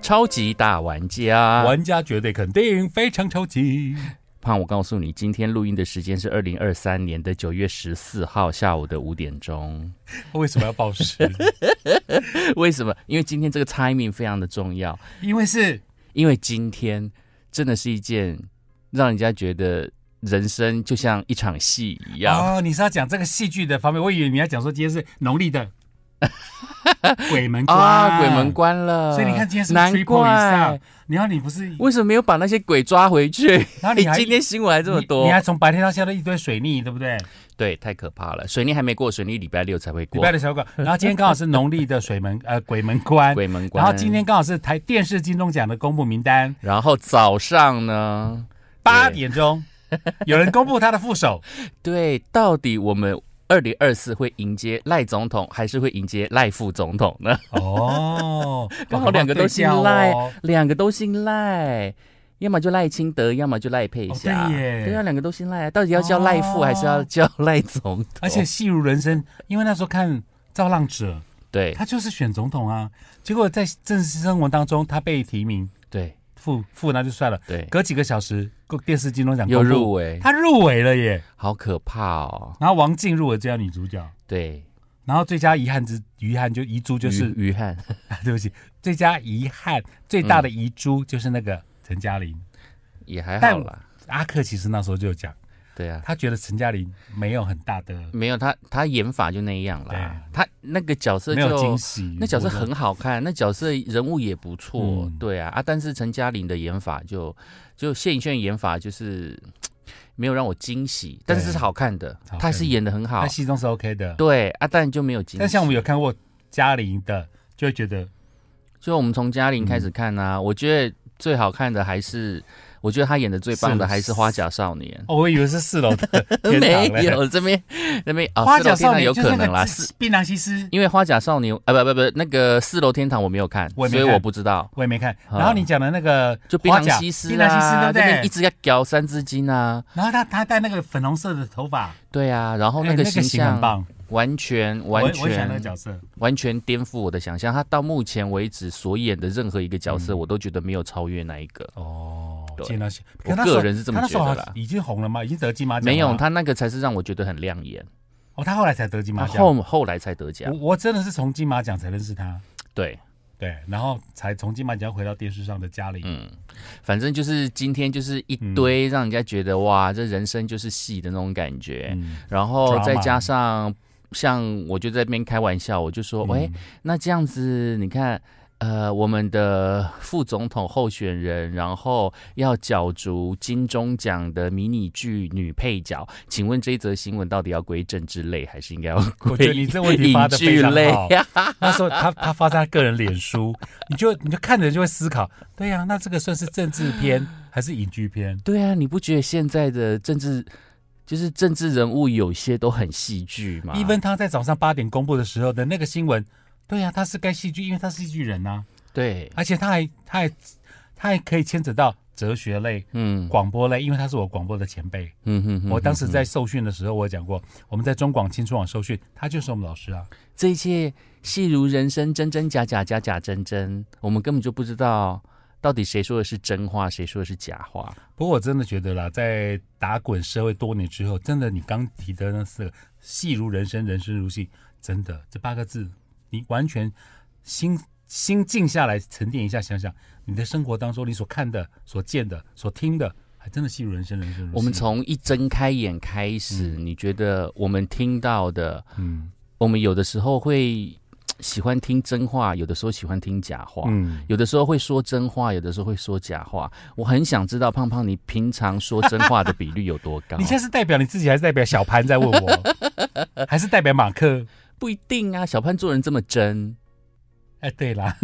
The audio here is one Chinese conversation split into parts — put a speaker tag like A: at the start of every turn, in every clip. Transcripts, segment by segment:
A: 超级大玩家。
B: 玩家绝对肯定非常超 级。
A: 胖，我告诉你，今天录音的时间是二零二三年的九月十四号下午的五点钟。
B: 为什么要报时？
A: 为什么？因为今天这个 timing 非常的重要，
B: 因为是
A: 因为今天真的是一件让人家觉得人生就像一场戏一样。
B: 哦，你是要讲这个戏剧的方面，我以为你要讲说今天是农 历的鬼门关
A: 啊，鬼门，关了，
B: 所以你看今天是
A: 难
B: triple 以上
A: 怪，，
B: 然后你不是，
A: 为什么没有把那些鬼抓回去？
B: 然后
A: 你
B: 你还
A: 今天新闻还这么
B: 你，
A: 多
B: 你，还从白天到现在都一堆水逆，对不对？
A: 对，太可怕了。水逆还没过，水逆礼拜六才会
B: 礼
A: 过
B: 拜。的小狗，然后今天刚好是农历的 水门呃鬼门关，
A: 鬼门关，
B: 然后今天，刚好是台电视金钟奖的公布名单，
A: 然后早上呢？
B: 八点钟有人公布他的副手，
A: 对，到底我们二零二四会迎接赖总统，还是会迎接赖副总统呢？
B: 哦，
A: 刚好两个都姓赖，
B: 哦
A: 两个都姓赖，要么就赖清德，要么就赖佩霞。
B: 哦对耶哦
A: 啊，两个都姓赖啊，到底要叫赖副、还是要叫赖总统？
B: 而且戏如人生，因为那时候看《造浪者》，
A: 对
B: 他就是选总统啊，结果在正式生活当中他被提名
A: 对
B: 副副那就算了，
A: 对，
B: 隔几个小时电视金钟奖
A: 又
B: 公布
A: 入围，
B: 他入围了耶，
A: 好可怕哦！
B: 然后王静入围最佳女主角，
A: 对，
B: 然后最佳遗憾之遗憾就遗珠就是
A: 于汉
B: 对不起，最佳遗憾最大的遗珠就是那个陈嘉玲。
A: 也还好
B: 但
A: 啦。
B: 阿克其实那时候就有讲，
A: 对啊，
B: 他觉得陈嘉玲没有很大的
A: 没有他，他演法就那样啦。他那个角色
B: 没有惊
A: 就
B: 喜，
A: 那角色
B: 我觉得
A: 很好看，那角色人物也不错，
B: 嗯
A: 对啊啊！但是陈嘉玲的演法就就谢颖轩演法就是嘖没有让我惊喜，但是是好看的
B: 好，看
A: 她是演的很好
B: 他，戏中是 OK 的，
A: 对啊，但就没有惊
B: 但
A: 喜。
B: 像我们有看过嘉玲的，就会觉得
A: 就我们从嘉玲
B: 嗯
A: 开始看啊，我觉得最好看的还是，我觉得她演的最棒的
B: 是
A: 还是《花甲少年
B: 哦，我以为是四 楼的天
A: 没
B: 堂嘞
A: 有这边那边啊，
B: 花
A: 四楼
B: 甲
A: 天
B: 少
A: 堂
B: 年
A: 有
B: 就是
A: 可
B: 那
A: 能啦，
B: 个
A: 是
B: 自槟榔西施，
A: 因为《花甲少年》啊，不不不，那个四楼天堂我没有看，
B: 我也没
A: 所以
B: 看
A: 我不知道。
B: 我也没看。
A: 啊
B: 然后你讲的那个
A: 就槟
B: 花
A: 榔
B: 甲
A: 西施
B: 槟榔西
A: 啊，这边
B: 施对
A: 一
B: 不对？
A: 直在搞三字经啊，
B: 然后他他戴那个粉红色的头发，
A: 对啊，然后
B: 哎
A: 那个形
B: 型很
A: 象
B: 棒，
A: 完全
B: 我
A: 完
B: 我喜欢那个
A: 全
B: 角色，
A: 完全颠覆我的想象。他到目前为止所演的任何一个角
B: 嗯
A: 色，我都觉得没有超越那一个。
B: 哦
A: 对
B: 见到戏，
A: 我
B: 可那时候
A: 个人是这么
B: 他那时候
A: 觉得啦
B: 已经红了吗？已经得金马奖了吗？
A: 没有，他那个才是让我觉得很亮眼，
B: 哦，他后来才得金
A: 他
B: 马哦奖。
A: 后啊后来才得奖
B: 我。我真的是从金马奖才认识他，
A: 对，
B: 对，然后才从金马奖回到电视上的嘉玲。
A: 嗯，反正就是今天就是一
B: 嗯
A: 堆让人家觉得哇，这人生就是戏的那种感觉。
B: 嗯，
A: 然后
B: Drama
A: 再加上像我就在那边开玩笑，我就说，
B: 嗯
A: 喂、那这样子你看。呃，我们的副总统候选人，然后要角逐金钟奖的迷你剧女配角，请问这一则新闻到底要归政治类，还是应该要
B: 我觉
A: 归
B: 得你这问题发
A: 影
B: 的非
A: 剧啊
B: 常
A: 类
B: 好。 那时候他他发在他个人脸书，你就你就看着就会思考，对呀、那这个算是政治片还是影剧片？
A: 对啊，你不觉得现在的政治就是政治人物有些都很戏剧吗？
B: 一分他在早上八点公布的时候的那个新闻，对呀、他是该戏剧，因为他是戏剧人呐、
A: 对，
B: 而且他还他还他还可以牵扯到哲学类、
A: 嗯
B: 广播类，因为他是我广播的前辈。
A: 嗯哼哼
B: 我当时在受训的时候，我有讲过，我们在中广青春网受训，他就是我们老师啊。
A: 这一切戏如人生，真真假假，假假真真，我们根本就不知道到底谁说的是真话，谁说的是假话。
B: 不过我真的觉得啦，在打滚社会多年之后，真的你刚提的那四个“戏如人生，人生如戏”，真的这八个字，你完全心心静下来沉淀一下，想想你的生活当中你所看的、所见的、所听的，还真的戏如人生，人生如戏。
A: 我们从一睁开眼开始，你觉得我们听到的，
B: 嗯
A: 我们有的时候会喜欢听真话，有的时候喜欢听假话。
B: 嗯，
A: 有的时候会说真话，有的时候会说假话。我很想知道胖胖，你平常说真话的比率有多高
B: ？你现在是代表你自己，还是代表小潘在问我，还是代表马克？
A: 不一定啊，小潘做人这么真。
B: 哎，对 啦，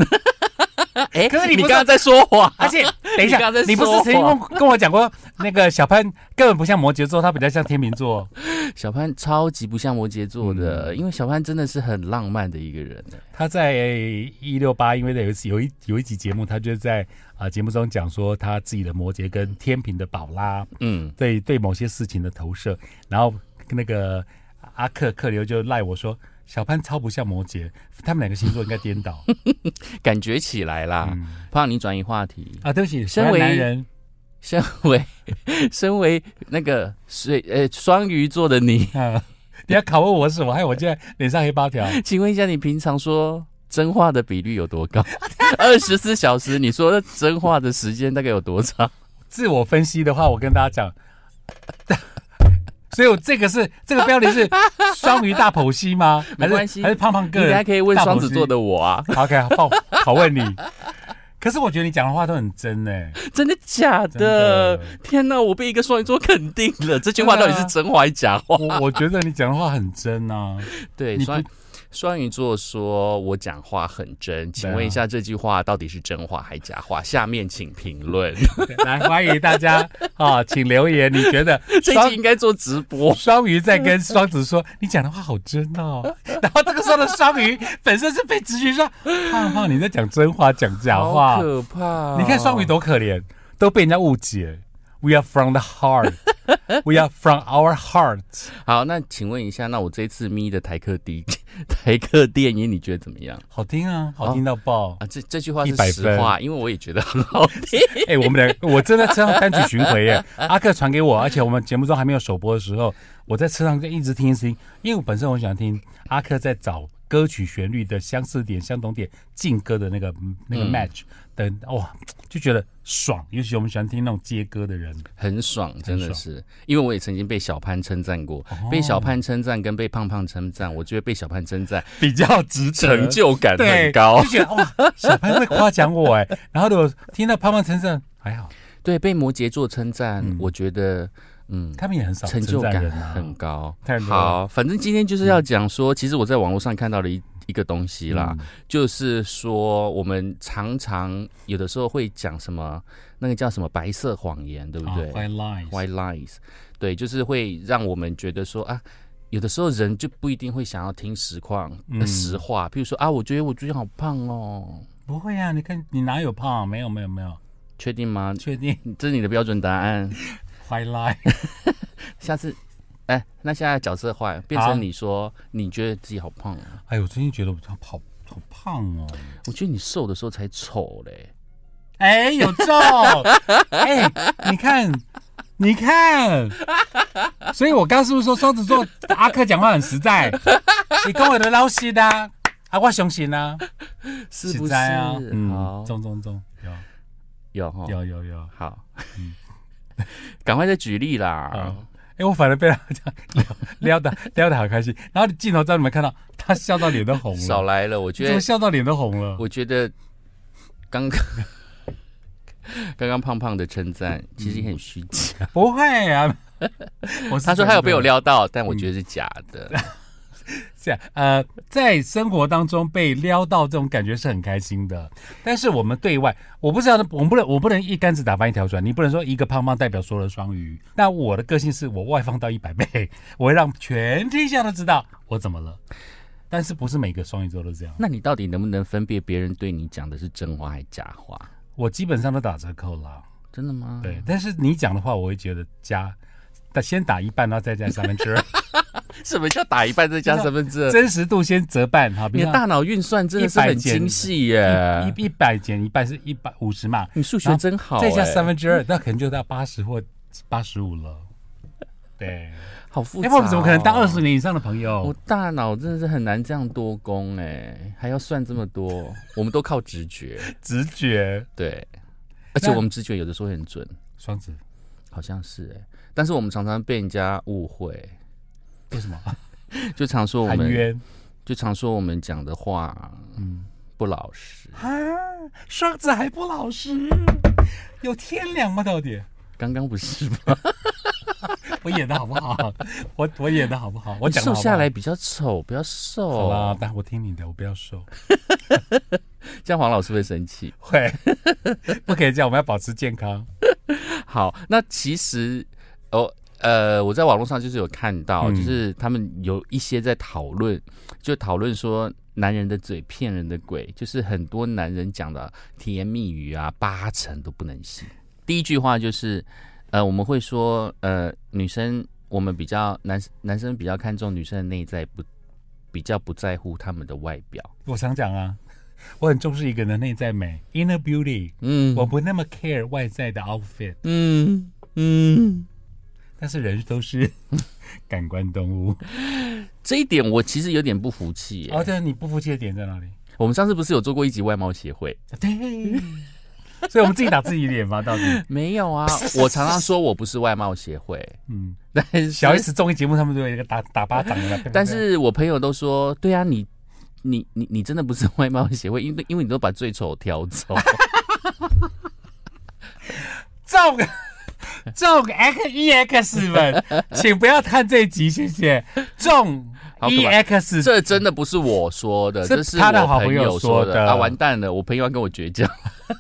A: 哎、
B: 啊可是你
A: 你
B: 不
A: 刚刚
B: 是
A: 在说谎，
B: 而且等一
A: 你
B: 下
A: 刚才，
B: 你不是
A: 说
B: 曾经跟跟我讲过，那个小潘根本不像摩羯座，他比较像天秤座。
A: 小潘超级不像摩羯座的，
B: 嗯
A: 因为小潘真的是很浪漫的一个人。
B: 他在一六八，因为有一次有一有一集节目，他就在啊、节目中讲说他自己的摩羯跟天平的宝拉
A: 嗯，
B: 对对某些事情的投射，然后那个阿克克流就赖我说小潘超不像摩羯，他们两个星座应该颠 倒。
A: 感觉起来啦。
B: 嗯
A: 胖，你转移话题。
B: 啊，对不起，
A: 啊身
B: 回来
A: 为
B: 男人，
A: 身为 身为那个水呃双鱼座的你，
B: 啊，你要拷问我什么？害我现在脸上黑八条。
A: 请问一下，你平常说真话的比率有多 高？二十四小时，你说的真话的时间大概有多长？
B: 自我分析的话，我跟大家讲， 所以我这个是这个标 题是双鱼大剖析吗？还
A: 没关
B: 是
A: 系
B: 还是胖胖
A: 你
B: 个
A: 等
B: 人
A: 下？可以问双子座的我啊，
B: 好 OK，好，拷问你。可是我觉得你讲的话都很真哎、
A: 真的假
B: 真
A: 的？
B: 的啊
A: 天哪，我被一个双鱼座肯定了，这句话到底是真话还是假话？
B: 我我觉得你讲的话很真啊。
A: 对，
B: 你不
A: 双双鱼座说我讲话很真，请问一下这句话到底是真话还假话？下面请评 论。
B: 来，欢迎大家 啊、请留言，你觉得
A: 这
B: 双
A: 一集应该做直播，
B: 双鱼在跟双子说：“你讲的话好真哦。” 然后这个时候的双鱼本身是被咨询说：“胖胖，你在讲真话，讲假话
A: 好？可怕哦、
B: 你看双鱼多可怜，都被人家误解。We are from the heart, we are from our heart。
A: 好，那请问一下，那我这次咪的台客第一 台客电影，你觉得怎么样”
B: 好听啊，好听到爆！
A: 啊？这这句话是
B: 100
A: 实话，因为我也觉得很好听。
B: 哎、我们两个，我真的车上单曲巡回耶，阿克传给我，而且我们节目中还没有首播的时候，我在车上就一直听一直听，因为我本身我喜欢听阿克在找歌曲旋律的相似点、相同点、劲歌的那个那个 match 的，哇，就觉得爽。尤其我们喜欢听那种接歌的人，
A: 很爽，真的是，因为我也曾经被小潘称赞过，被小潘称赞跟被胖胖称赞，我觉得被小潘称赞
B: 比较值得
A: 成就感
B: 对
A: 很高
B: 就。觉得哇，小潘会夸奖我哎，然后我听到胖胖称赞还好，
A: 对，被摩羯座称赞，我觉得嗯，
B: 他们也很少
A: 成就
B: 称赞
A: 感
B: 人啊
A: 很高。
B: 太多了啊
A: 好，反正今天就是要讲说，其实我在网络上看到了一一个东西啦，
B: 嗯
A: 就是说我们常常有的时候会讲什么，那个叫什么白色谎言，对不
B: 啊
A: 对、
B: ，white lies
A: w h i t e lies，对，就是会让我们觉得说啊。有的时候人就不一定会想要听实况、呃
B: 嗯
A: 实话，譬如说啊，我觉得我最近好胖哦，
B: 不会啊，你看你哪有胖？没有没有没有，
A: 确定吗？
B: 确定
A: 这是你的标准答 案。
B: white lie。
A: 下次，哎，那现在角色换，变
B: 好
A: 成你说你觉得自己好胖哦、
B: 哎，我最近觉得我好好胖哦。
A: 我觉得你瘦的时候才丑嘞。
B: 哎，有中！ 哎，你看，你看，所以我刚是不是说双子座阿克讲话很实在？你跟我的老实的啊，啊我相信啊，
A: 是不
B: 实
A: 是？
B: 在啊，
A: 好，
B: 中中中，有
A: 有哈，
B: 有有有。
A: 好， 赶快再举例啦
B: 好。哎，我反而被他这样撩撩 的撩的好开心，然后镜头在你们看到他笑到脸都红
A: 少
B: 了，
A: 来了，我觉
B: 怎么
A: 得，
B: 笑到脸都红了？
A: 我觉得刚 刚刚刚胖胖的称赞
B: 嗯
A: 其实也很虚假。
B: 不会 啊，我嗯是
A: 他说他有被我
B: 真的
A: 撩到，但我觉得是假的。
B: 这样，呃，在生活当中被撩到这种感觉是很开心的，但是我们对外，我不知道，我们不能，我不能一竿子打翻一条船，你不能说一个胖胖代表所有的双鱼。那我的个性是我外放到一百倍， 我会让全天下都知道我怎么了。但是不是每个双鱼座都这样？
A: 那你到底能不能分辨别人对你讲的是真话还是假话？
B: 我基本上都打折扣啦。
A: 真的吗？
B: 对，但是你讲的话，我会觉得加，但先打一半，然后再加三 分之二，
A: 什么叫打一半再加三分之二？
B: 真实度先折半哈。比
A: 你
B: 如
A: 的大脑运算真的是很精细
B: 说
A: 耶！
B: 一一百减一半是一百五十嘛，
A: 你数学真好欸哎耶，
B: 再加三分之二，那可能就到八十或八十五了。对，
A: 好复杂、
B: 哎，
A: 哦。
B: 我们怎么可能当二十？年以上的朋
A: 我
B: 友？
A: 大脑真的是很难这样多功哎，还要算这么多。 我们都靠直觉，
B: 直觉，
A: 对，而且
B: 那
A: 我们直觉有的时候很准，
B: 双子，
A: 好像是哎。但是我们常常被人家误会，
B: 为什么？
A: 就常说我
B: 含
A: 们，
B: 冤
A: 就常说我们讲的话，嗯，不老实。
B: 啊，双子还不老实，有天良吗？到底
A: 刚刚不是吗？
B: 我演的好不好？ 我我演的好不好？我讲得
A: 瘦
B: 好不好
A: 下来。哦比较丑，不要瘦。
B: 好啦，但我听你的，我不要瘦。
A: 这样黄老师会生气。
B: 会， 不可以这样，我们要保持健康。
A: 好，那其实哦。呃，我在网络上就是有看到，
B: 嗯
A: 就是他们有一些在讨论，就讨论说男人的嘴骗人的鬼，就是很多男人讲的甜言蜜语啊，八成都不能信。第一句话就是，呃，我们会说，呃，女生我们比较男男生比较看重女生的内在不比较不在乎他们的外表。
B: 我常讲啊，我很重视一个人的内在美 （inner beauty），
A: 嗯
B: 我不那么 care 外在的 outfit，
A: 嗯嗯，
B: 但是人 都是感官动物。
A: 这一点我其实有点不服气耶、
B: 哦，对，你不服气的点在哪里？
A: 我们上次不是有做过一集外貌协会？
B: 对， 所以我们自己打自己脸吗？到底？
A: 没有啊， 我常常说我不是外貌协 会，
B: 嗯，
A: 但是
B: 小 S 综艺节目他们都有一个打打巴掌的，
A: 但是我朋友都说，对啊，你你你你真的不是外貌协会，因为因为你都把最丑挑 走。
B: 照个中 X E X 们，请不要看这集，谢谢。中
A: 好可
B: E
A: 怕
B: X
A: 这真的不是我说的，
B: 是
A: 这是
B: 他的
A: 我
B: 好
A: 朋
B: 朋友
A: 友说
B: 说的
A: 啊！完蛋了，我朋友要跟我绝交。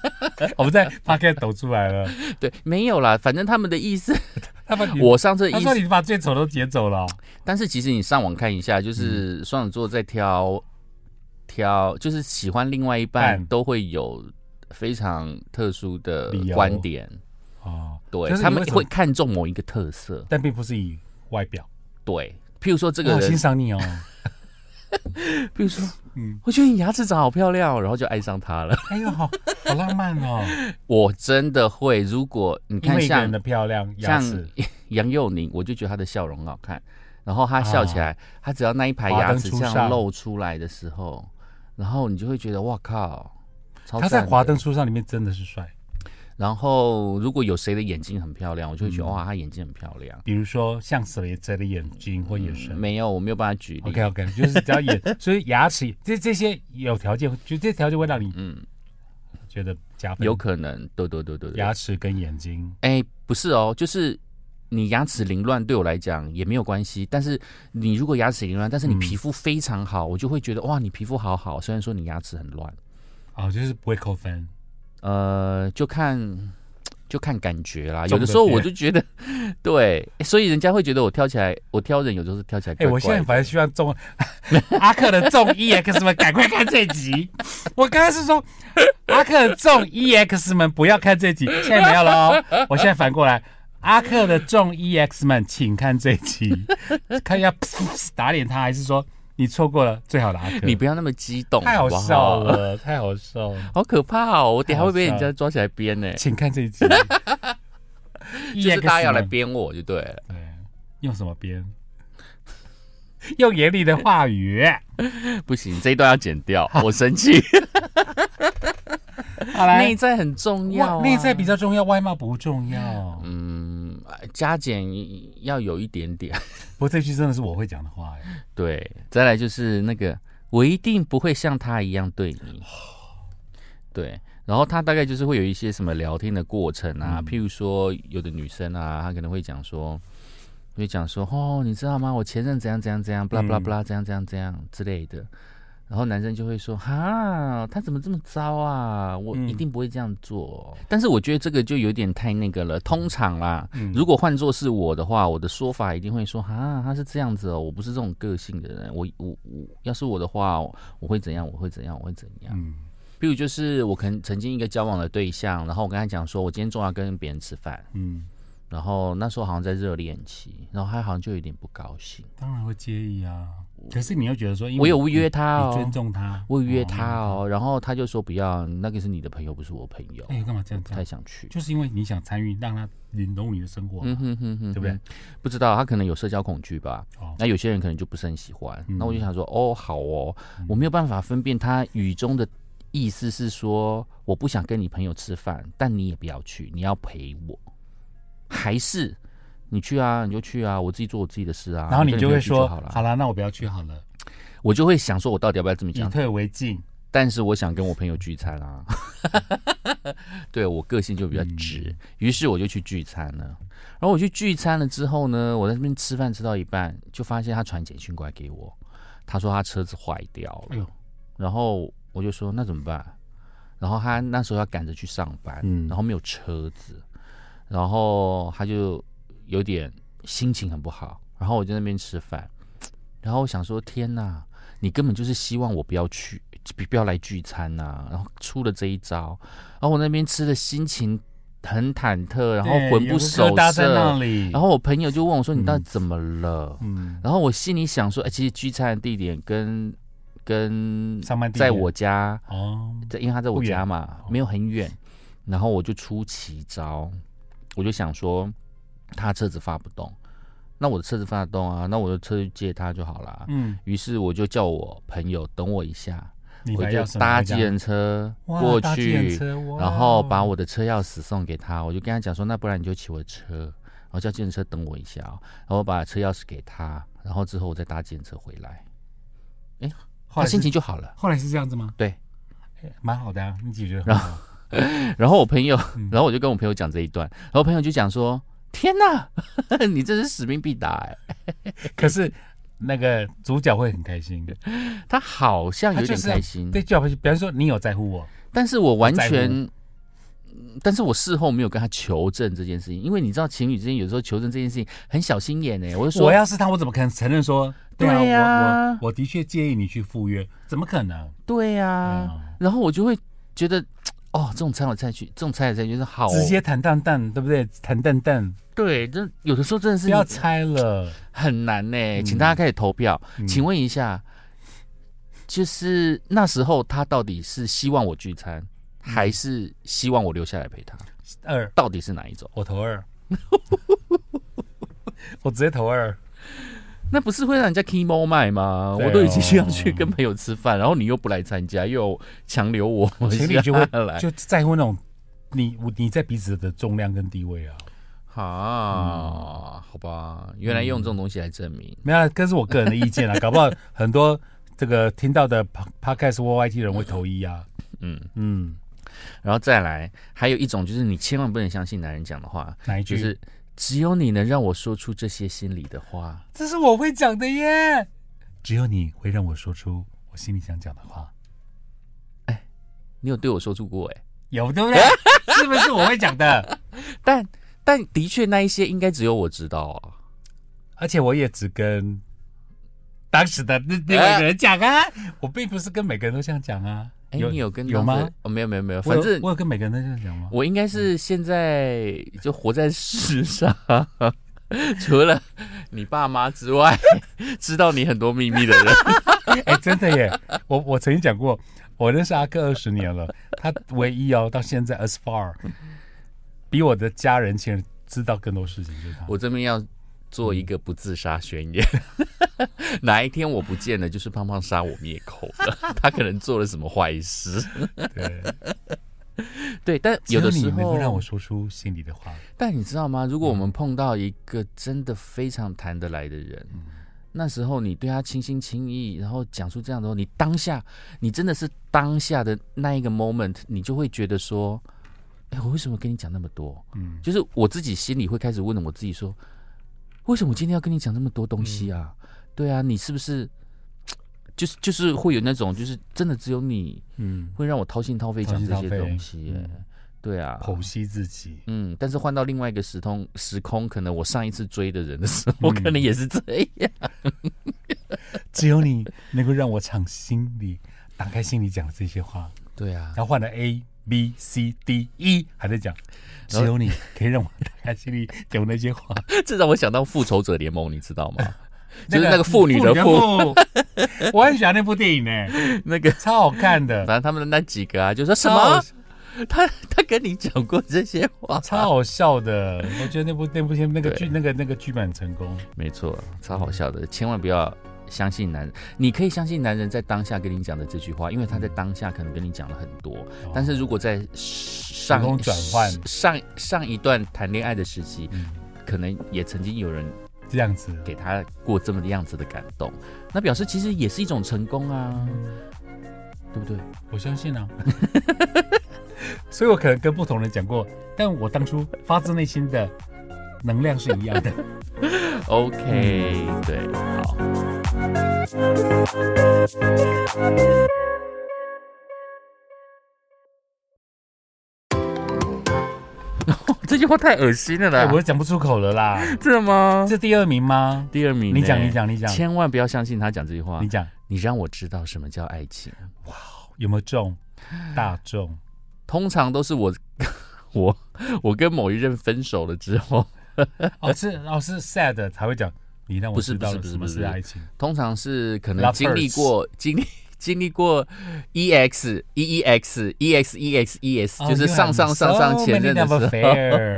B: 我们在 p o c k e t 抖出来了。
A: 对，没有啦，反正他们的意思，
B: 他 把你，
A: 我上次的
B: 他
A: 意
B: 说
A: 思，
B: 你把最丑都截走了哦、
A: 但是其实你上网看一下，
B: 嗯
A: 就是双子座在挑挑，就是喜欢另外一半
B: 嗯
A: 都会有非常特殊的
B: 理由
A: 观点，
B: 哦，
A: 对
B: 就是你
A: 他们
B: 为什么
A: 会看重某一个特色，
B: 但并不是以外表。
A: 对，譬如说这
B: 这
A: 个
B: 我欣
A: 人，
B: 赏你哦。
A: 譬如说，
B: 嗯，
A: 我觉得你牙齿长好漂亮哦，然后就爱上他了。
B: 哎呦，好好浪漫哦！
A: 我真的会，如果你
B: 因
A: 看
B: 为一个
A: 像
B: 人的漂亮牙
A: 像
B: 齿，
A: 杨佑宁，我就觉得她的笑容很好看。然后她笑起来，她只要那一排
B: 啊华
A: 牙
B: 灯
A: 齿
B: 初
A: 这样
B: 上
A: 露出来的时候，然后你就会觉得哇靠，超
B: 他在
A: 赞
B: 《华
A: 的
B: 灯。初上》里面真的是帅。
A: 然后如果有谁的眼睛很漂亮，我就会觉得、
B: 嗯
A: 哇，她眼睛很漂亮。
B: 比如说像谁谁的眼睛或眼神。
A: 没有，我没有办法举例。
B: OK OK，就是只要眼， 所以牙齿这这些有条件，就这条件会让你
A: 嗯，
B: 觉得加分。
A: 有可能，对对对对对。
B: 牙齿跟眼睛，
A: 哎，不是哦，就是你牙齿凌乱对我来讲也没有关系，但是你如果牙齿凌乱，但是你
B: 嗯
A: 皮肤非常好，我就会觉得哇，你皮肤好好，虽然说你牙齿很乱。
B: 哦，就是不会扣分。
A: 呃，就看就看感觉啦。
B: 重
A: 有
B: 的
A: 的时候我就觉得，对，所以人家会觉得我挑起来，我挑人有时候是挑起来
B: 哎、
A: 怪怪的。
B: 我现在反正希望中 阿克的中 EX 们赶快看这集。我刚刚是说阿克的中 EX 们不要看这集，现在没有了哦。我现在反过来，阿克的中 EX 们请看这集，看一下噗噗 打脸他，还是说你错过了最好的阿克？
A: 你不要那么激动，
B: 太好
A: 不
B: 笑，了，太好笑了。
A: 好可怕哦！我等一下会被
B: 太好
A: 人家
B: 笑
A: 抓起来编 呢、
B: 请看这一集，
A: 就是大家要来
B: EX E 们
A: 编我就对了。
B: 对，用什么编？用严厉的话语。
A: 不行，这一段要剪掉，我生气。
B: 好来，
A: 内在很重
B: 外
A: 要、啊，
B: 内在比较重要，外貌不重要。
A: 嗯，加减要有一点点。
B: 不过这句真的是我会讲的话哎。
A: 对，再来就是那个，我一定不会像他一样对你。对，然后他大概就是会有一些什么聊天的过程啊，譬如说有的女生啊，她可能会讲说，会讲说哦，你知道吗？我前任怎样怎样怎样，巴拉巴拉巴拉，怎样怎样怎样之类的。然后男生就会说：“哈，他怎么这么糟啊？我
B: 嗯
A: 一定不会这样做。但是我觉得这个就有点太那个了。通常啊啦，
B: 嗯
A: 如果换作是我的话，我的说法一定会说：“哈，他是这样子哦，我不是这种个性的人。我我我，要是我的话，我我会怎样？我会怎样？我会怎样？”
B: 嗯，
A: 比如就是我可能曾经一个交往的对象，然后我跟他讲说，我今天中午要跟别人吃饭，
B: 嗯，
A: 然后那时候好像在热恋期，然后他好像就有点不高兴。
B: 当然会介意啊。可是你又觉得说，因为
A: 我有约他
B: 你
A: 哦，
B: 尊重他，
A: 我有约他哦，然后他就说不要，那个是你的朋友，不是我朋友
B: 哦。，哎，干嘛这样
A: 不太
B: 讲？
A: 想去。
B: 就是因为你想参与，让他融入你的生活。
A: 嗯哼哼哼，
B: 对不对？
A: 不知道他可能有社交恐惧吧。
B: 哦
A: 那有些人可能就不是很喜欢。
B: 嗯
A: 那我就想说，哦，好哦，我没有办法分辨他语中的意思是说我不想跟你朋友吃饭，但你也不要去，你要陪我，还是你去啊，你就去啊，我自己做我自己的事啊。
B: 然后你
A: 跟
B: 就
A: 朋友
B: 会
A: 去
B: 说，
A: 好了，
B: 好啦，那我不要去好了，
A: 我就会想说，我到底要不要这么
B: 以
A: 讲？
B: 退为进。
A: 但是我想跟我朋友聚餐啊， 对我个性就比较
B: 嗯
A: 直，于是我就去聚餐了。然后我去聚餐了之后呢，我在那边吃饭吃到一半，就发现他传简讯过来给我，他说他车子坏掉
B: 哎
A: 了，
B: 呦，
A: 然后我就说那怎么办？然后他那时候要赶着去上班，
B: 嗯
A: 哎然后没有车子，然后他就有点心情很不好。然后我在那边吃饭，然后我想说天哪，你根本就是希望我不要去，不不要来聚餐呐、然后出了这一招，然后我那边吃的心情很忐忑，然后
B: 对
A: 魂
B: 有
A: 不
B: 个
A: 守
B: 疙瘩在那
A: 舍。
B: 里，
A: 然后我朋友就问我说：“你到底
B: 嗯
A: 怎么了？”
B: 嗯，
A: 然后我心里想说：“哎、其实聚餐的地点跟跟
B: 上班地
A: 在
B: 点
A: 我家，
B: 哦，
A: 在因为他在我
B: 不远哦
A: 家嘛，没有很远。然后我就出奇招，我就想说，他车子发不动，那我的车子发得动啊，那我的车就借他就好啦。
B: 嗯，
A: 于是我就叫我朋友等我一下，
B: 你
A: 我
B: 还
A: 就
B: 要什么
A: 搭
B: 回家
A: 计程车
B: 哇
A: 过
B: 搭计程
A: 去，
B: 车哇
A: 然后把我的车钥匙送给他，我就跟他讲说，那不然你就骑我的车，然后叫计程车等我一下、哦，然后我把车钥匙给他，然后之后我再搭计程车回来，他
B: 后来是
A: 心情就好了。
B: 后来是这样子吗？
A: 对
B: 哎，蛮好的啊，你解决得
A: 然
B: 很好。
A: 然后我朋友
B: 嗯，
A: 然后我就跟我朋友讲这一段，然后朋友就讲说：“天哪， 你这是使命必达哎、
B: 可是那个主角会很开心，
A: 他好像有
B: 他就
A: 点
B: 是
A: 开心，
B: 对，就好比方说你有在乎我，
A: 但是我完
B: 不在乎
A: 全，嗯但是我事后没有跟他求证这件事情，因为你知道情侣之间有时候求证这件事情很小心眼哎、我就说
B: 我要是他，我怎么可能承认说？啊，
A: 对呀
B: 我我我的确建议你去赴约，怎么可能？
A: 对呀、
B: 啊，
A: 然后我就会觉得。哦，这种猜来猜去，这种猜来猜去是好哦
B: 直接谈蛋蛋，对不对？谈蛋蛋，
A: 对，这有的时候真的
B: 不
A: 是
B: 要猜了。
A: 很难呢、
B: 嗯
A: 请大家开始投票。
B: 嗯
A: 请问一下，就是那时候他到底是希望我聚餐，还是希望我留下来陪他？
B: 二，
A: 到底是哪一种？
B: 我投 二，我直接投二。
A: 那不是会让人家 emo 卖吗？
B: 对哦
A: 我都已经要去跟朋友吃 饭，然后你又不来参加，又强留我，
B: 情侣就会
A: 下来
B: 就在乎那种你我你在彼此的重量跟地位啊。
A: 啊，好吧，原来用这种东西来证明。
B: 没有啊，这是我个人的意见啊， 搞不好很多这个听到的 po- podcast YYT 人会投一啊。
A: 嗯
B: 嗯，
A: 然后再来，还有一种就是你千万不能相信男人讲的话，
B: 哪一句？
A: 就是只有你能让我说出这些心里的话。
B: 这是我会讲的耶。只有你会让我说出我心里想讲的话，
A: 你有对我说出过哎、
B: 有对不 对？是不是我会讲的？
A: 但但的确那一些应该只有我知道啊。
B: 而且我也只跟当时的 那另外一个人讲啊，我并不是跟每个人都这样讲啊。
A: 哎、你有跟
B: 有
A: 当时
B: 吗？？
A: 哦，没有没有没有，
B: 我
A: 反
B: 有
A: 正
B: 我有跟每个人都这样讲吗？
A: 我应该是现在就活在世上， 除了你爸妈之外， 知道你很多秘密的 人。
B: 哎，真的耶！我我曾经讲过，我认识阿克二十年了，他唯一哦到现在 as far 比我的家人亲人知道更多事情，就是他。
A: 我这边要做一个不自杀宣言， 哪一天我不见了，就是胖胖杀我灭口了，他可能做了什么坏事。
B: 对，
A: 对，但有的
B: 只
A: 时
B: 你能够
A: 候
B: 让我说出心里的话，
A: 但你知道吗？如果我
B: 嗯
A: 们碰到一个真的非常谈得来的人，
B: 嗯
A: 那时候你对他轻心轻意，然后讲出这样的话，你当下，你真的是当下的那一个 moment，你就会觉得说，哎、我为什么跟你讲那么多？
B: 嗯，
A: 就是我自己心里会开始问我自己说，为什么我今天要跟你讲那么多东西啊？
B: 嗯
A: 对啊，你是不是？就是就是会有那种，就是真的只有你
B: 嗯，
A: 会让我掏心掏肺讲这
B: 掏心
A: 些
B: 掏肺
A: 东西、耶
B: 嗯
A: 对啊，
B: 剖析自己。
A: 嗯，但是换到另外一个时空时空，可能我上一次追的人的时候，
B: 嗯
A: 可能也是这样。
B: 只有你能够让我敞心里，打开心里讲这些话。
A: 对啊
B: 然，后换了 A B C D E，还在讲，只有你可以让我打开心里讲那些话。
A: 这让我想到《复仇者联盟》，你知道 吗？就是
B: 那个
A: 那个妇女的妇，
B: 妇，我很喜欢那部电影呢、
A: 那个
B: 超好看 的
A: 反。正他们的那几个啊，就说什
B: 超好
A: 么他他跟你讲过这些话，
B: 超好笑的，我觉得那部那部片那个
A: 对
B: 剧那个那个剧本很成功，
A: 没错，超好笑的，千万不要。相信男人，你可以相信男人在当下跟你讲的这句话，因为他在当下可能跟你讲了很多，但是如果在上
B: 哦空转换
A: 上上一段谈恋爱的时期，
B: 嗯
A: 可能也曾经有人
B: 这样子，
A: 给他过这么样子的感动，那表示其实也是一种成功啊，对不对？
B: 我相信啊。 所以我可能跟不同人讲过，但我当初发自内心的能量是一样 的。
A: OK，对，好。 这句话太恶心了
B: 哎
A: 啦！
B: 我讲不出口 了啦。
A: 真的吗？
B: 这第二名吗？
A: 第二名呢，
B: 你讲，你讲，你讲，嗯
A: 千万不要相信他讲这句话
B: 你。讲，
A: 你让我知道什么叫爱情，
B: 有没有中？大众
A: 通常都是我 我我跟某一任分手了之后，
B: 哦是哦是 sad 才会讲，你让我
A: 不是
B: 知道
A: 不是
B: 了
A: 不是
B: 什么
A: 不
B: 是
A: 是
B: 爱情。
A: 通常是可能
B: Love
A: 经历过经历。 经历过 E X E E X E X E X E S，
B: 哦
A: 就是上上上上前任的时
B: You have
A: 候，
B: so many love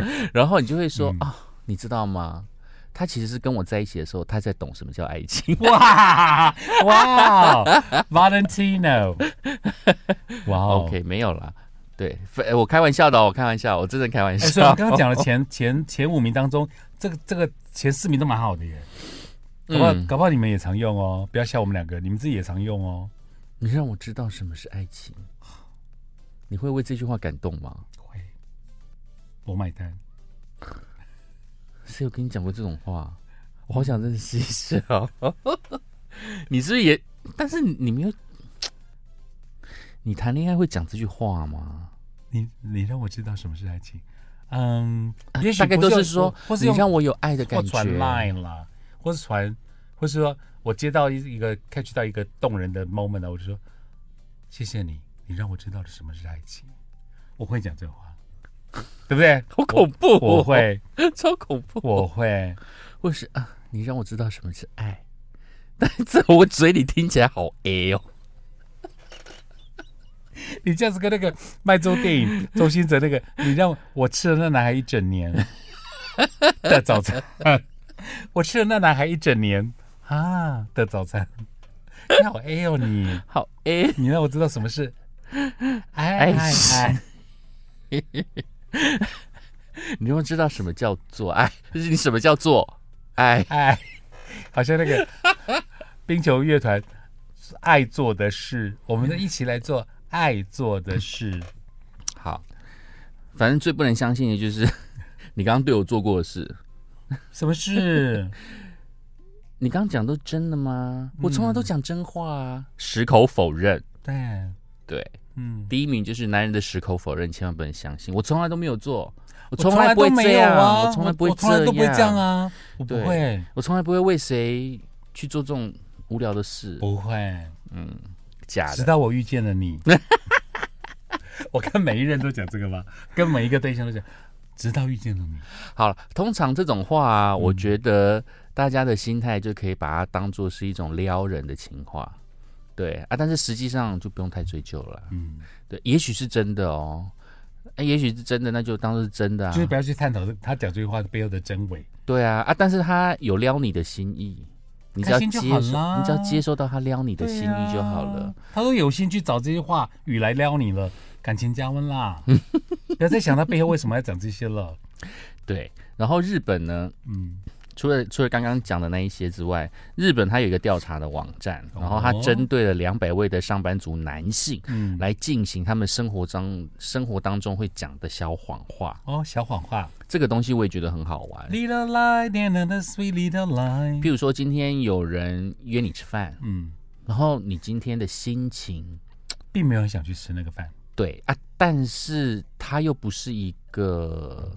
B: affair
A: 然后你就会说
B: 嗯
A: 啊、你知道吗？他其实是跟我在一起的时候，他才懂什么叫爱 情。
B: 哇哇，Valentino，哇哦
A: OK，没有啦，对，非我开玩笑的哦，我开玩笑，我真的开玩
B: 哎，所以我
A: 笑。
B: 们刚刚讲的前 前前五名当中，这个这个前四名都蛮好的耶。搞不好、
A: 嗯
B: 搞不好你们也常用哦，不要笑我们两个，你们自己也常用哦。
A: 你让我知道什么是爱情，你会为这句话感动吗？
B: 会，我买单。
A: 谁有跟你讲过这种话？我好想认识一下哦。 你是不是也？但是你没有，你谈恋爱会讲这句话吗？
B: 你你让我知道什么是爱情，嗯，也许
A: 啊大概
B: 不
A: 都
B: 用
A: 是说
B: 或，是
A: 你
B: 用
A: 让我有爱的
B: 或
A: 感觉。
B: 传 Line 啦，或是传，或是说我接到一一个 catch 到一个动人的 moment 了，我就说谢谢你，你让我知道了什么是爱情。我会讲这话，对不对？
A: 好恐怖、哦
B: 我，会，
A: 超恐怖。
B: 我会。
A: 或是啊，你让我知道什么是爱， 但在我嘴里听起来好 A 哦。
B: 你这样子跟那个卖周电影周星哲那个，你让我吃了那男孩一整年的早餐，我吃了那男孩一整年啊的早餐。你好 A 哦你，
A: 好 A，
B: 你让我知道什么是哎
A: 爱
B: 哎哎，
A: 你让我知道什么叫做爱， 就是你什么叫做爱。
B: 爱，哎好像那个冰球乐团爱做的事，我们一起来做爱做的事。
A: 好，反正最不能相信的就是 你刚刚对我做过的事。
B: 什么 事？
A: 你刚刚讲都真的吗？
B: 嗯
A: 我从来都讲真话啊，矢口否认。
B: 对，
A: 对，
B: 嗯，
A: 第一名就是男人的矢口否认，千万不能相信。我从来都没有做，我
B: 我
A: 从来不会
B: 都没
A: 这
B: 有
A: 样，
B: 啊，
A: 我从来不会
B: 我从来都不会这样
A: 样，
B: 啊，我不
A: 对
B: 会。
A: 我从来不会为谁去做这种无聊的事，
B: 不会，
A: 假
B: 直
A: 的。
B: 到我遇见了你。 我跟每一人都讲这个吗？跟每一个对象都讲，直到遇见了你。
A: 好了，通常这种话、啊，
B: 嗯
A: 我觉得大家的心态就可以把它当做是一种撩人的情话，对啊，但是实际上就不用太追究了啦。
B: 嗯，
A: 对，也许是真的哦，哎，也许是真的，那就当做是真的啊。
B: 就是不要去探讨他讲这句话背后的真伪。
A: 对啊啊，但是他有撩你的心意，你只要
B: 开心
A: 接
B: 就
A: 受，
B: 好啦
A: 你只要接受到他撩你的
B: 对
A: 心
B: 啊
A: 意就好了。。
B: 他都有心去找这些话语来撩你了，感情加温 啦。不要再想他背后为什么要讲这些了。啊
A: 对，然后日本呢，
B: 嗯，
A: 除了除了刚刚讲的那一些之外，日本它有一个调查的网站，然后它
B: 哦
A: 针对了两百位的上班族男性。
B: 嗯，
A: 来进行他们生活当生活当中会讲的小谎话，
B: 哦，小谎话
A: 这个东西我也觉得很好玩。
B: ，little lie, then another sweet little lie。
A: 譬如说，今天有人约你吃饭，
B: 嗯，
A: 然后你今天的心情，
B: 并没有很想去吃那个饭。
A: 对啊，但是他又不是一个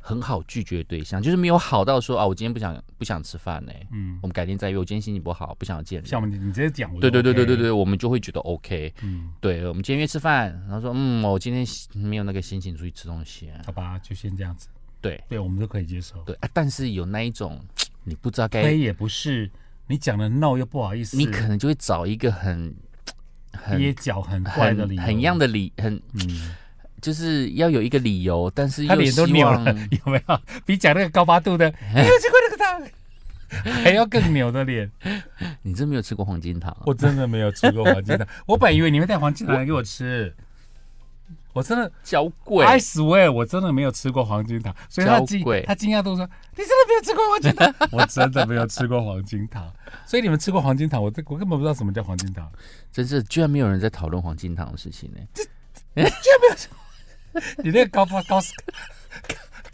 A: 很好拒绝的对象，就是没有好到说啊，我今天不想不想吃饭呢、
B: 嗯，
A: 我们改天再约，我今天心情不好，不想见你。
B: 像我们你直接讲，我
A: 对
B: 就
A: 对对对
B: OK
A: 对，对，我们就会觉得 OK。
B: 嗯。
A: 对，我们今天约吃饭，然后说嗯，我今天没有那个心情出去吃东西、啊。
B: 好吧，就先这样子。
A: 对
B: 对，我们都可以接受。
A: 对啊，但是有那一种你不知道该，
B: 推也不是，你讲了 no 又不好意思，
A: 你可能就会找一个很很
B: 憋脚很怪的
A: 很
B: 理由，
A: 很样的理，很
B: 嗯，
A: 就是要有一个理由，但是
B: 他
A: 又
B: 脸都
A: 希
B: 扭了
A: 望，哎
B: 有没有？比讲那个高八 度的，你有吃过那个汤， 还要更扭的脸。
A: 你真没有吃过黄金糖啊、
B: 我真的没有吃过黄金蛋， 我本以为你会带黄金蛋来给我吃。我真的
A: 娇贵
B: ，I swear，我真的没有吃过黄金糖，所以他惊
A: 娇贵
B: 他惊讶都说：“你真的没有吃过黄金糖？” 我真的没有吃过黄金糖，所以你们吃过黄金糖，我这我根本不知道什么叫黄金糖。
A: 真是居然没有人在讨论黄金糖的事情呢、
B: 你那个高发高斯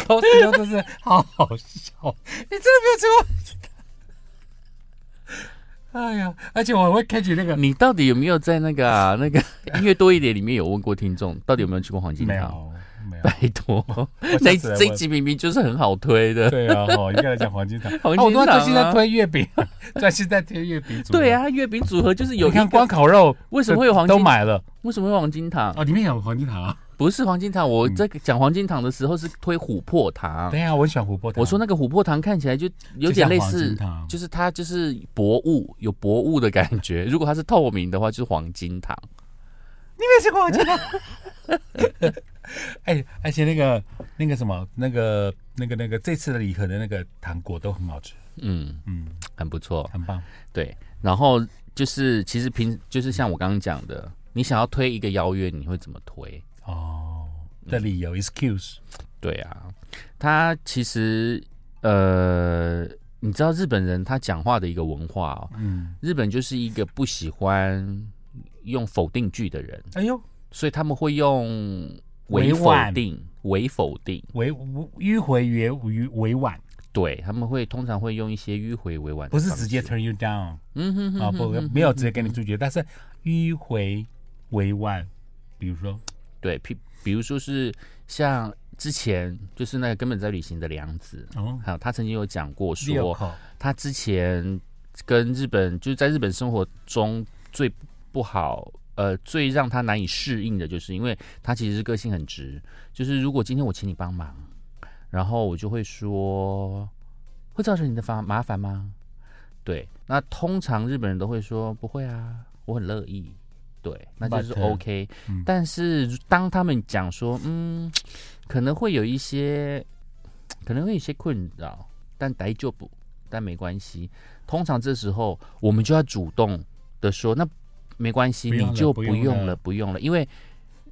B: 高斯高真是好好笑，你真的没有吃过？ 哎呀，而且我会 catch 那个
A: 你到底有没有在那个 啊、那个音乐多一点里面有问过听众，到底有没有吃过黄金
B: 没
A: 糖？
B: 有没有，
A: 拜托，
B: 我
A: 这
B: 下
A: 一
B: 次来
A: 这一
B: 问
A: 集明明就是很好推的。
B: 对啊， 哦，应该来讲黄金糖，
A: 黄金
B: 啊我都
A: 糖
B: 专心在
A: 啊
B: 推月饼， 专心在推月饼组。
A: 对，啊，月饼组合就是有
B: 你
A: 一
B: 看
A: 个
B: 光烤肉
A: 为什么会有黄
B: 都
A: 金？
B: 买了嗯
A: 为什么会有黄金糖？
B: 哦，里面有黄金糖啊，
A: 不是黄金糖，我
B: 嗯
A: 在讲黄金糖的时候是推琥珀糖。
B: 对啊，我很喜欢琥珀糖。
A: 我说那个琥珀糖看起来就有点类似
B: 就像黄金糖，
A: 就是它就是薄雾，有薄雾的感觉。 如果它是透明的话，就是黄金糖。
B: 你没有吃过我金糖？ 哎，而且那个那个什么，那个那个那个这次的礼盒的那个糖果都很好吃，
A: 嗯，
B: 嗯，
A: 很不错。
B: 很棒。
A: 对，然后就是其实平就是像我刚刚讲的，你想要推一个邀约，你会怎么推？
B: 哦，
A: 嗯
B: 的理由 excuse，
A: 对啊，他其实呃，你知道日本人他讲话的一个文化哦，
B: 嗯，
A: 日本就是一个不喜欢用否定句的人，
B: 哎呦，
A: 所以他们会用
B: 委
A: 否
B: 婉
A: 定、伪否定，
B: 委迂回委委委婉，
A: 对他们会通常会用一些迂回委婉的
B: 不
A: 方
B: 是
A: 式，
B: 直接 turn you down
A: 嗯哼哼
B: 啊，
A: 哼
B: 不
A: 哼哼
B: 没有直接跟你拒绝，但是迂回委婉，比如说，
A: 对，比比如说是像之前就是那个根本在旅行的梁子，
B: 哦，
A: 还有他曾经有讲过
B: 六
A: 说，
B: 口，
A: 他之前跟日本就是在日本生活中最不好，呃，最让他难以适应的，就是因为他其实是个性很直，就是如果今天我请你帮忙，然后我就会说会造成你的麻麻烦吗？对，那通常日本人都会说不会啊，我很乐意。对，那就是
B: But-
A: OK
B: 嗯
A: 但是当他们讲说，嗯，可能会有一些，可能会有一些困扰，但逮就不，但没关系。通常这时候我们就要主动的说，那没关系，
B: 不用
A: 你
B: 了
A: 就
B: 不
A: 不
B: 用
A: 用
B: 了
A: 了，不用了，因为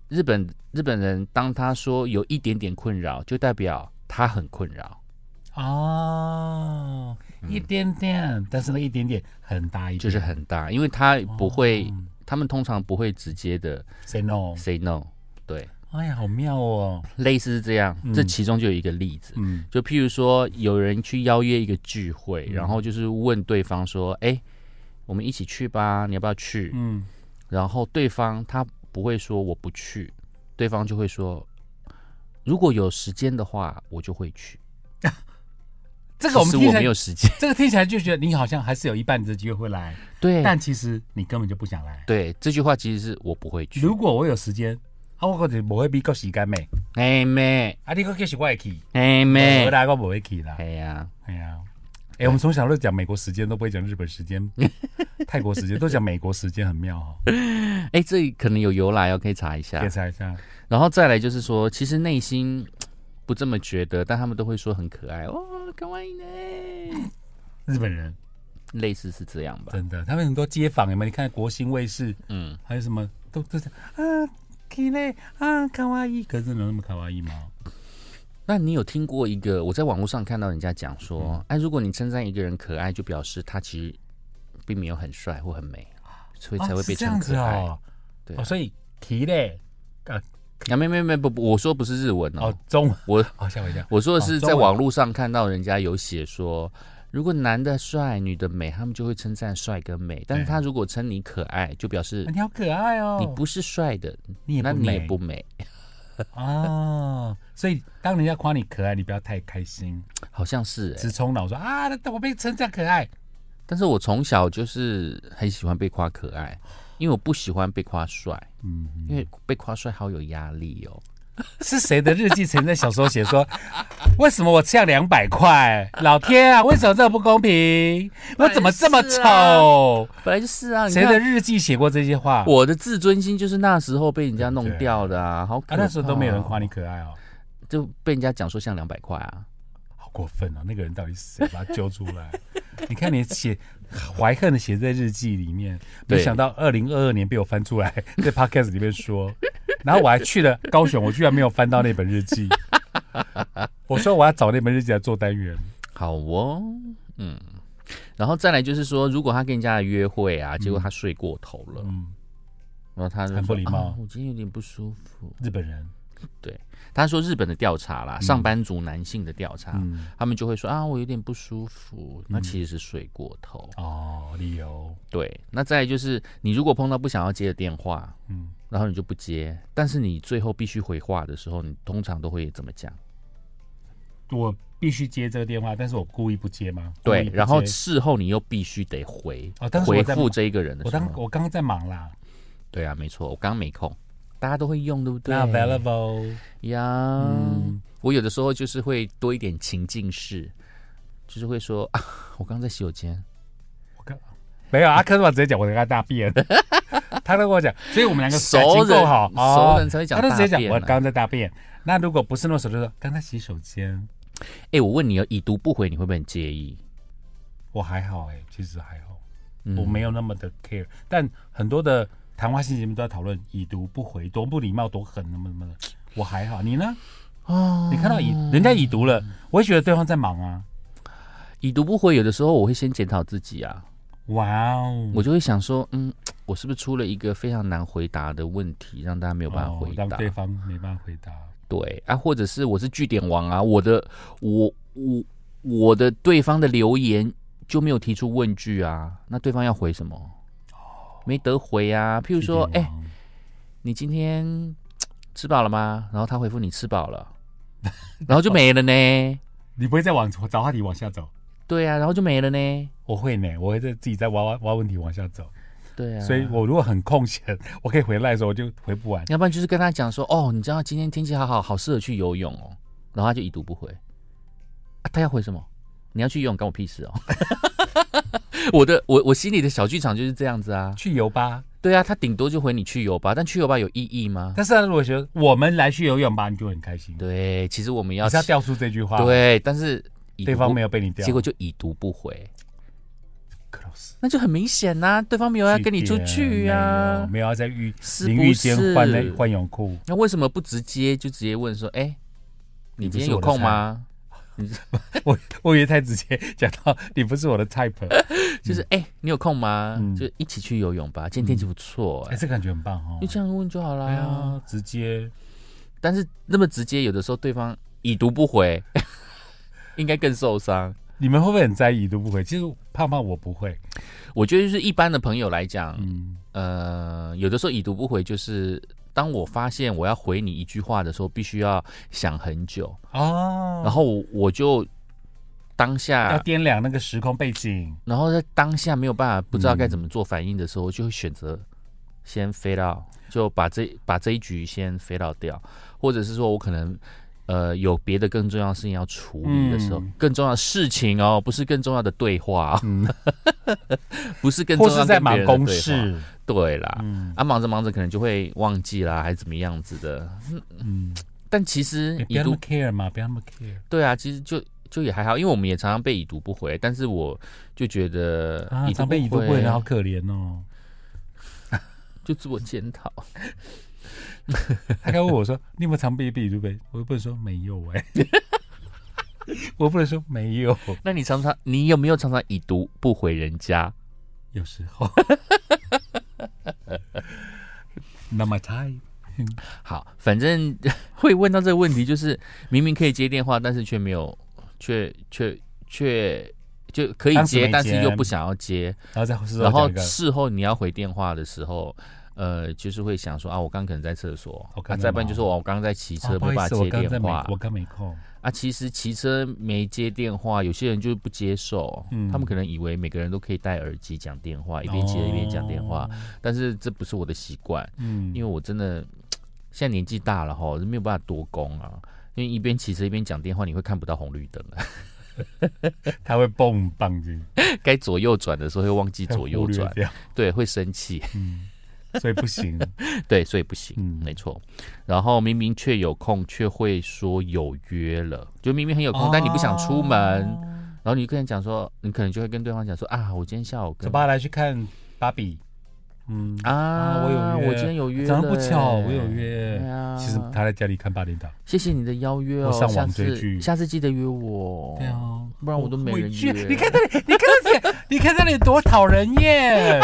A: 日本日本人当他说有一点点困扰，就代表他很困扰。
B: 哦，一点点，但是那一点点很大一点，
A: 嗯
B: 嗯
A: 就是很大，因为他不会，
B: 哦
A: 他们通常不会直接的
B: say no，
A: say no，对，
B: 哎呀，好妙哦，
A: 类似是这样
B: 嗯。
A: 这其中就有一个例子，
B: 嗯，
A: 就譬如说有人去邀约一个聚会，然后就是问对方说：“哎，我们一起去吧，你要不要去
B: 嗯，？”
A: 然后对方他不会说我不去，对方就会说：“如果有时间的话，我就会去。”
B: 这个我
A: 其
B: 们
A: 实
B: 听
A: 我
B: 起来
A: 没有 时间，
B: 这个听起来就觉得你好像还是有一半的机会会来，
A: 对
B: 但其实你根本就不想来。
A: 对，这句话其实是我不会去。
B: 如果我有时间，啊，我可能不会比够时间咩，
A: 哎妹，
B: 啊，你可继续我会去，
A: 哎
B: 我
A: 妹，
B: 大概不会去啦。
A: 哎呀。
B: 哎呀，哎，我们从小都讲美国时间，都不会讲日本时间、泰国时间，都讲美国时间，很妙 哦。
A: 哎、这可能有由来哦，可以查一
B: 可
A: 下
B: 以。猜一下，
A: 然后再来就是说，其实内心不这么觉得，但他们都会说很可爱哦，可爱呢，
B: 日本人
A: 类似是这样吧？
B: 真的，他们很多街坊有没有？你看国新卫视，
A: 啊嗯，
B: 还有什么都都是啊，可爱啊，卡哇伊，可是能那么卡哇伊吗？
A: 那你有听过一个？我在网络上看到人家讲
B: 嗯
A: 说，哎、如果你称赞一个人可爱，就表示他其实并没有很帅或很美，所以才会
B: 啊是
A: 被
B: 这
A: 称
B: 样子
A: 可爱。
B: 哦。
A: 对
B: 哦，所以提嘞
A: 啊，没没没不不，我说不是日文哦，
B: 哦，中文
A: 我
B: 哦，吓我一跳。
A: 我说的
B: 哦
A: 是
B: 中
A: 在
B: 文
A: 网络上看到人家有写说，如果男的帅，女的美，他们就会称赞帅跟美。但是他如果称你可爱，就表示
B: 你好可爱哦！
A: 你不是帅的，
B: 你也
A: 那
B: 不
A: 你也
B: 美
A: 不美。
B: 哦，所以当人家夸你可爱，你不要太开心，
A: 好像是、欸，
B: 直冲脑说啊，我被称赞可爱。
A: 但是我从小就是很喜欢被夸可爱，因为我不喜欢被夸帅，
B: 嗯，
A: 因为被夸帅好有压力哦。
B: 是谁的日记曾在小时候写说， 为什么我欠两百块？老天啊，为什么这么不公平？我怎么这么
A: 本来是
B: 丑？
A: 本来就是啊，你
B: 谁的
A: 看
B: 日记写过这些话？
A: 我的自尊心就是那时候被人家弄
B: 对
A: 掉的啊，好可
B: 啊，
A: 怕、
B: 那时候都没有人夸你，可爱哦，
A: 就被人家讲说像两百块啊。
B: 好过分哦！那个人到底是谁？把他揪出来。 你看你写怀恨的写在日记里面，没
A: 对
B: 想到二零二二年被我翻出来， 在 podcast 里面说，然后我还去了高雄，我居然没有翻到那本日 记。我说我要找那本日记来做单元，
A: 好哦，嗯，然后再来就是说，如果他跟人家的约会啊，结果他睡过头了，
B: 嗯，
A: 然后他就
B: 很不
A: 说
B: 礼貌
A: 啊我今天有点不舒服。
B: 日本人，
A: 他说日本的调查啦，上班族男性的调查，
B: 嗯，
A: 他们就会说啊，我有点不舒服，那其实是睡过头。
B: 哦，理由，
A: 对，那再来就是你如果碰到不想要接的电话，
B: 嗯，
A: 然后你就不接，但是你最后必须回话的时候，你通常都会怎么
B: 哦
A: 讲？
B: 我必须接这个电话，但是我故意不接吗？故意
A: 对，
B: 不接
A: 然后事后你又必须得回、
B: 哦，当时我
A: 回
B: 在
A: 复这一个人的
B: 我
A: 时
B: 当
A: 候，
B: 我刚刚在忙啦，
A: 对啊，没错，我刚没空。大家都会用，对不对
B: 那 available，
A: 呀
B: 嗯
A: 我有的时候就是会多一点情境式，就是会说啊，我刚刚在洗手间，
B: 没有阿克的话直接讲我在干大 便，他都跟我讲，所以我们两个
A: 熟
B: 感情够
A: 人
B: 好，哦
A: 熟人才会讲
B: 他都直接
A: 大
B: 讲
A: 便
B: 我
A: 啊
B: 刚刚在大便。那如果不是那时候，就说刚在洗手间，
A: 哎、我问你哦，已读不回，你会不会很介意？
B: 我还好哎、其实还好，
A: 嗯
B: 我没有那么的 care。但很多的谈话性节目都在讨论已读不回，多不礼貌，多狠，那么那么的。我还好，你呢？
A: 哦，
B: 你看到已人家已读了，我会觉得对方在忙啊。
A: 已读不回，有的时候我会先检讨自己啊，
B: 哇哦，
A: 我就会想说，嗯，我是不是出了一个非常难回答的问题，让大家没有办法
B: 哦
A: 回答？
B: 让对方没办法回答。
A: 对啊，或者是我是据点王啊，我的我我我的对方的留言就没有提出问句啊，那对方要回什么？没得回啊。譬如
B: 哦据
A: 说，哎、
B: 点王
A: 你今天吃饱了吗？然后他回复你吃饱了，然后就没了呢。
B: 你不会再往找话题往下走？
A: 对啊，然后就没了呢。
B: 我会呢，我会在自己在挖挖挖问题往下走。
A: 对啊，
B: 所以我如果很空闲，我可以回来的时候我就回不完。
A: 要不然就是跟他讲说，哦，你知道今天天气好好，好适合去游泳哦，然后他就已读不回、啊他要回什么？你要去游泳，关我屁事哦。 我的我我心里的小剧场就是这样子啊。
B: 去游吧，
A: 对啊，他顶多就回你去游吧，但去游吧有意义吗？
B: 但是啊他如果觉得我们来去游泳吧，你就很开心。
A: 对，其实我们要
B: 你是要调出这句话，，
A: 对，但是已读
B: 对方
A: 不
B: 没有被你调，
A: 结果就已读不回，
B: close
A: 那就很明显呐、对方没有要啊跟你出去
B: 没有
A: 啊。
B: 没有要在浴
A: 是
B: 淋
A: 不
B: 浴间
A: 是
B: 换那换泳裤，
A: 那为什么不直接就直接问说，哎，你今天有空吗？
B: 我我以为太直接讲到你不是我的 type，
A: 就是哎、欸你有空吗？
B: 嗯
A: 就一起去游泳吧，今天天气不错、
B: 哎、
A: 哎、
B: 这感觉很棒哦
A: 就。这样问就好啦。
B: 哎呀，直接
A: 但是那么直接，有的时候对方已读不回， 应该更受伤。
B: 你们会不会很在意都不回？其实胖胖我不会，
A: 我觉得就是一般的朋友来讲，
B: 嗯，
A: 呃，有的时候已读不回，就是当我发现我要回你一句话的时候，必须要想很久，
B: 哦，
A: 然后我我就当
B: 要
A: 下，
B: 掂量那个时空背景，
A: 然后在当下没有办法不知道该怎
B: 嗯
A: 么做反应的时候，我就会选择先飞到，就把这把这一局先飞到掉，或者是说我可能。呃，有别的更重要的事情要处理的时候，
B: 嗯
A: 更重要的事情哦，不是更重要的对 话、哦，
B: 嗯，
A: 不是更重
B: 或
A: 要的
B: 是在
A: 跟别
B: 忙
A: 人的
B: 公
A: 对话
B: 事，
A: 对啦，
B: 嗯
A: 啊，忙着忙着可能就会忘记啦，还是怎么样子的。
B: 嗯，
A: 但其实
B: 别哎不
A: 已
B: 要那
A: 读
B: 么 care 嘛，不要那么 care
A: 对啊，其实就就也还好，因为我们也常常被已读不回，但是我就觉得
B: 啊，
A: 已读
B: 常被已读不回，好可怜哦。
A: 就自我检讨。
B: 他该问我说：“ 你有没有常被被已读不回？”我又不能说没有哎、 我不能说没有，
A: 那你常常你有没有常常已读不回人家？
B: 有时候。那么 time，
A: 好，反正 会问到这个问题，就是明明可以接电话，但是却没有，却却却就可以
B: 当时
A: 接，
B: 没
A: 但是又
B: 接
A: 不想要接。
B: 然后再事后
A: 然后
B: 讲一个
A: 事后你要回电话的时候，呃，就是会想说啊，我刚刚可能在厕所，啊，
B: 我哦刚在
A: 再不然就是
B: 忙
A: 我刚刚在骑车，
B: 哦不好
A: 没
B: 意
A: 办
B: 思，
A: 法
B: 我
A: 接
B: 刚在
A: 电
B: 没
A: 话，
B: 我刚没空。
A: 啊。其实骑车没接电话，有些人就是不接受，
B: 嗯
A: 他们可能以为每个人都可以戴耳机讲电话，一边骑着一边讲电话，
B: 哦
A: 但是这不是我的习惯，
B: 嗯，
A: 因为我真的现在年纪大了哈，没有办法多功啊。因为一边骑车一边讲电话，你会看不到红绿灯 啊，
B: 他会蹦蹦的，
A: 该左右转的时候会忘记
B: 会
A: 左右
B: 忽略
A: 转，
B: 掉，
A: 对，会生气，
B: 嗯，所以不 行。
A: 对，所以不行。
B: 嗯，
A: 没错，然后明明却有空，却会说有约了，就明明很有空，但你不想出门，
B: 哦，
A: 然后你跟人讲说，你可能就会跟对方讲说啊，我今天下午
B: 走
A: 跟
B: 吧，来去看芭比。嗯，
A: 啊
B: 啊我有约
A: 我今天有约了欸，
B: 早上不巧我有约
A: 对啊，
B: 其实他在家里看八点档。
A: 谢谢你的邀约哦，
B: 我上
A: 下
B: 网
A: 次
B: 追剧
A: 下次记得约我，
B: 对，啊，
A: 不然我都没人
B: 去。啊
A: 约
B: 你看这里，你看这里，你看这里多讨人 厌，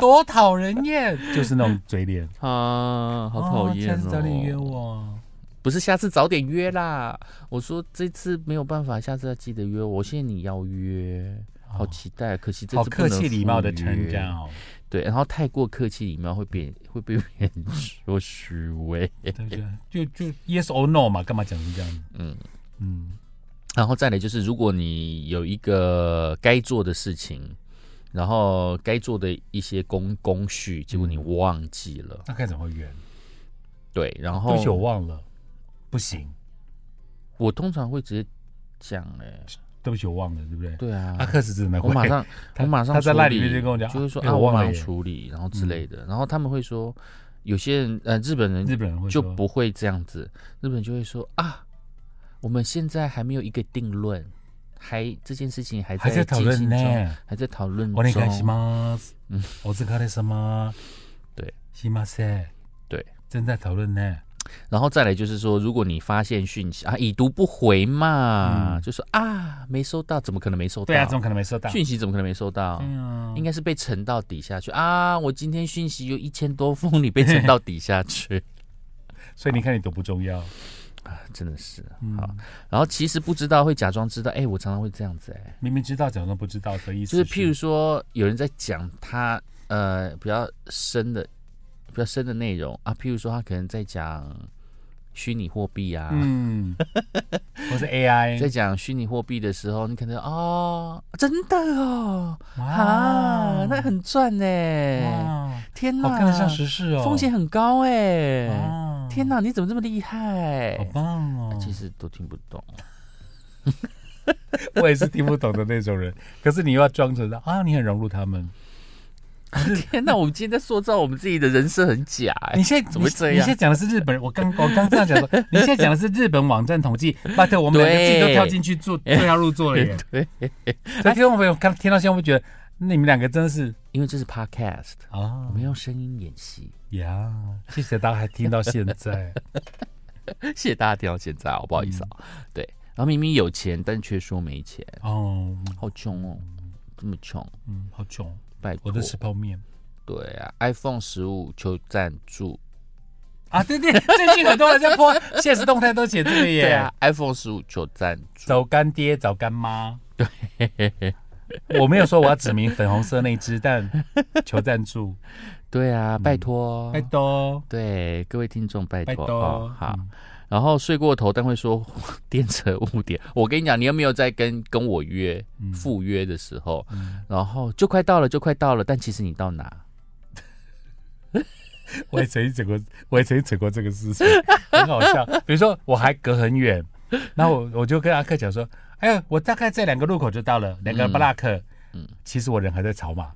B: 多讨人厌，就是那种嘴脸。
A: 啊， 好讨厌
B: 哦！下次早点约
A: 哦，
B: 我。
A: 不是下次早点约啦，我说这次没有办法，下次要记得约我，谢谢你邀约。好期待，可惜这
B: 哦好
A: 次不
B: 客气
A: 能
B: 礼貌的
A: 赴
B: turn
A: 约
B: down，
A: 对，然后太过客气礼貌会变会被 别人说虚伪，
B: 对不对？就就 yes or no 嘛，干嘛讲成这样子？
A: 嗯
B: 嗯，
A: 然后再来就是，如果你有一个该做的事情，然后该做的一些工工序，结果你忘记了，哦
B: 那该怎么会圆？
A: 对，然
B: 对
A: 后
B: 不起，我忘了，不行，
A: 我通常会直接讲哎、欸
B: 对不起，我忘了，对不对？
A: 对啊
B: 阿，克斯真的会，
A: 我马上
B: 他
A: 我马上
B: 他在
A: 处
B: 赖里
A: 理
B: 面就跟我讲，
A: 就会说
B: 哎
A: 啊，
B: 我
A: 我
B: 忘
A: 马
B: 了
A: 上
B: 耶。
A: 处理，然后之类的，然后他们会说，有些人呃日本人
B: 日本人会
A: 就
B: 说
A: 不会这样子，日本人就会说啊，我们现在还没有一个定论，还这件事情还
B: 还在
A: 在
B: 讨
A: 进
B: 论
A: 行
B: 呢
A: 中，。还在讨论
B: お願いし
A: 中。
B: ます。お疲れ様。
A: 对，
B: すいません。
A: 对，
B: 正在讨论呢。
A: 然后再来就是说，如果你发现讯息啊，已读不回嘛，
B: 嗯
A: 就说啊，没收到，怎么可能没收到？
B: 对啊，怎么可能没收到？
A: 讯息怎么可能没收到？
B: 对啊，
A: 应该是被沉到底下去啊！我今天讯息有一千多封，你被沉到底下 去，
B: 所以你看你多不重要。
A: 啊真的是
B: 嗯
A: 好。然后其实不知道会假装知道，哎、我常常会这样子、哎，
B: 明明知道，假装不知道的意
A: 就
B: 思。
A: 是譬如，说有人在讲他呃比较深的、比较深的内容啊，譬如说他可能在讲虚拟货币啊，
B: 嗯，或是
A: 在
B: AI。
A: 讲虚拟货币的时候，你可能哦，真的哦，啊
B: 哇，，
A: 那很赚呢、
B: 哇，
A: 天哪，
B: 好看得上时事哦。
A: 风险很高哎、
B: 哇
A: 天，哪，你怎么这么厉害
B: 好？棒哦！
A: 其实都听不懂，
B: 我也是听不懂的那种人，可是你又要装成啊，你很融入他们。
A: 天哪！我们今天在塑造我们自己的人设很假哎、
B: 你现在
A: 怎么会
B: 你
A: 这样
B: 你现在讲的是日本人，我刚我刚这样讲说，你现在讲的是日本网站统计，把对我们两个自己都跳进去做对号入座了耶。 哎
A: 对，
B: 所以听众朋友看听到现在，会觉得你们两个真的是
A: 因为这是 podcast，
B: 啊
A: 我们用声音演戏。
B: 呀，谢谢大家还听到现在，
A: 谢谢大家听到现在哦，不好意思啊、对，然后明明有钱，但却说没钱，
B: 哦，
A: 好穷哦，这么穷，
B: 嗯，好穷，
A: 拜
B: 我
A: 托
B: 都。吃泡面
A: 对啊，iPhone 十五求赞助。
B: 啊，对对，最近很多人在播 现实动态都写这个耶，
A: 对啊，iPhone 十五求赞助。
B: 找干爹，找干妈。 对，我没有说我要指明粉红色那一只，但求赞助，
A: 对啊，拜托，
B: 嗯拜托，
A: 对各位听众，拜
B: 拜
A: 托
B: 托，
A: 哦，好。
B: 嗯
A: 然后睡过头，但会说 电车误点。我跟你讲，你有没有在跟跟我约
B: 嗯
A: 赴约的时候，
B: 嗯
A: 然后就快到了，就快到了，但其实你到哪？
B: 我也曾经整过，我也曾经整过这个事情，很好笑。比如说，我还隔很远，然后我我就跟阿克讲说：“哎呦，我大概在两个路口就到了，两个
A: 嗯
B: block。”
A: 嗯
B: 其实我人还在草马。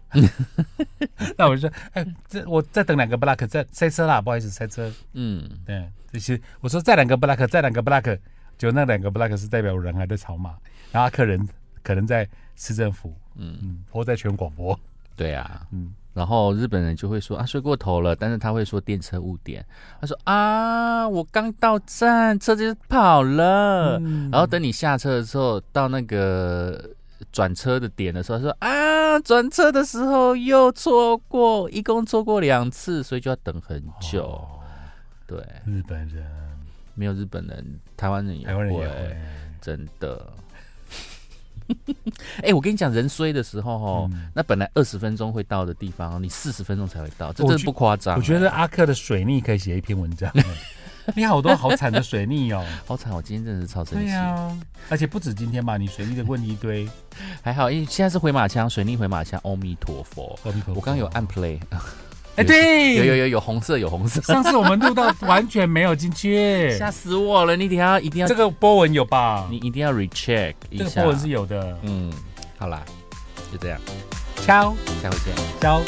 B: 那我就说：“哎，这我再等两个 block，再塞车啦，不好意思，塞车。
A: 嗯，”
B: 对，这些我说再两个 block，再两个 block，就那两个 block 是代表我人还在草马，然后阿克人可能在市政府，
A: 嗯
B: 嗯嗯，或在全广播，
A: 对啊，
B: 嗯。
A: 然后日本人就会说啊睡过头了，但是他会说电车误点，他说啊我刚到站，车子就跑了，
B: 嗯
A: 然后等你下车的时候，到那个转车的点的时候，他说啊转车的时候又错过，一共错过两次，所以就要等很久。
B: 哦
A: 对，
B: 日本人、
A: 没有日本人，台湾人也
B: 台湾人也会。
A: 真的。 哎、我跟你讲，人衰的时候哦，
B: 嗯
A: 那本来二十分钟会到的地方，你四十分钟才会到，这
B: 我
A: 真的
B: 觉
A: 不夸张、
B: 我觉
A: 哎
B: 得阿克的水逆可以写一篇文 章。你好多好惨的水逆哦。
A: 好惨，我今天真的是超生气。
B: 对啊呀、而且不止今天吧，你水逆的问题一堆。
A: 还好，因为现在是回马枪，水逆回马枪，阿弥陀佛。
B: 阿弥陀佛
A: 我刚刚有按 play，有
B: 哎、
A: 有
B: 对，
A: 有有红色有红色，
B: 上次我们录到完全没有进去。
A: 吓死我了！你等一下一定要，
B: 这个波纹有吧
A: 你？一定要 recheck 一
B: 这个
A: 下
B: 波。纹是有的。
A: 嗯，好啦，就这样，
B: 敲
A: 下回见。
B: 敲。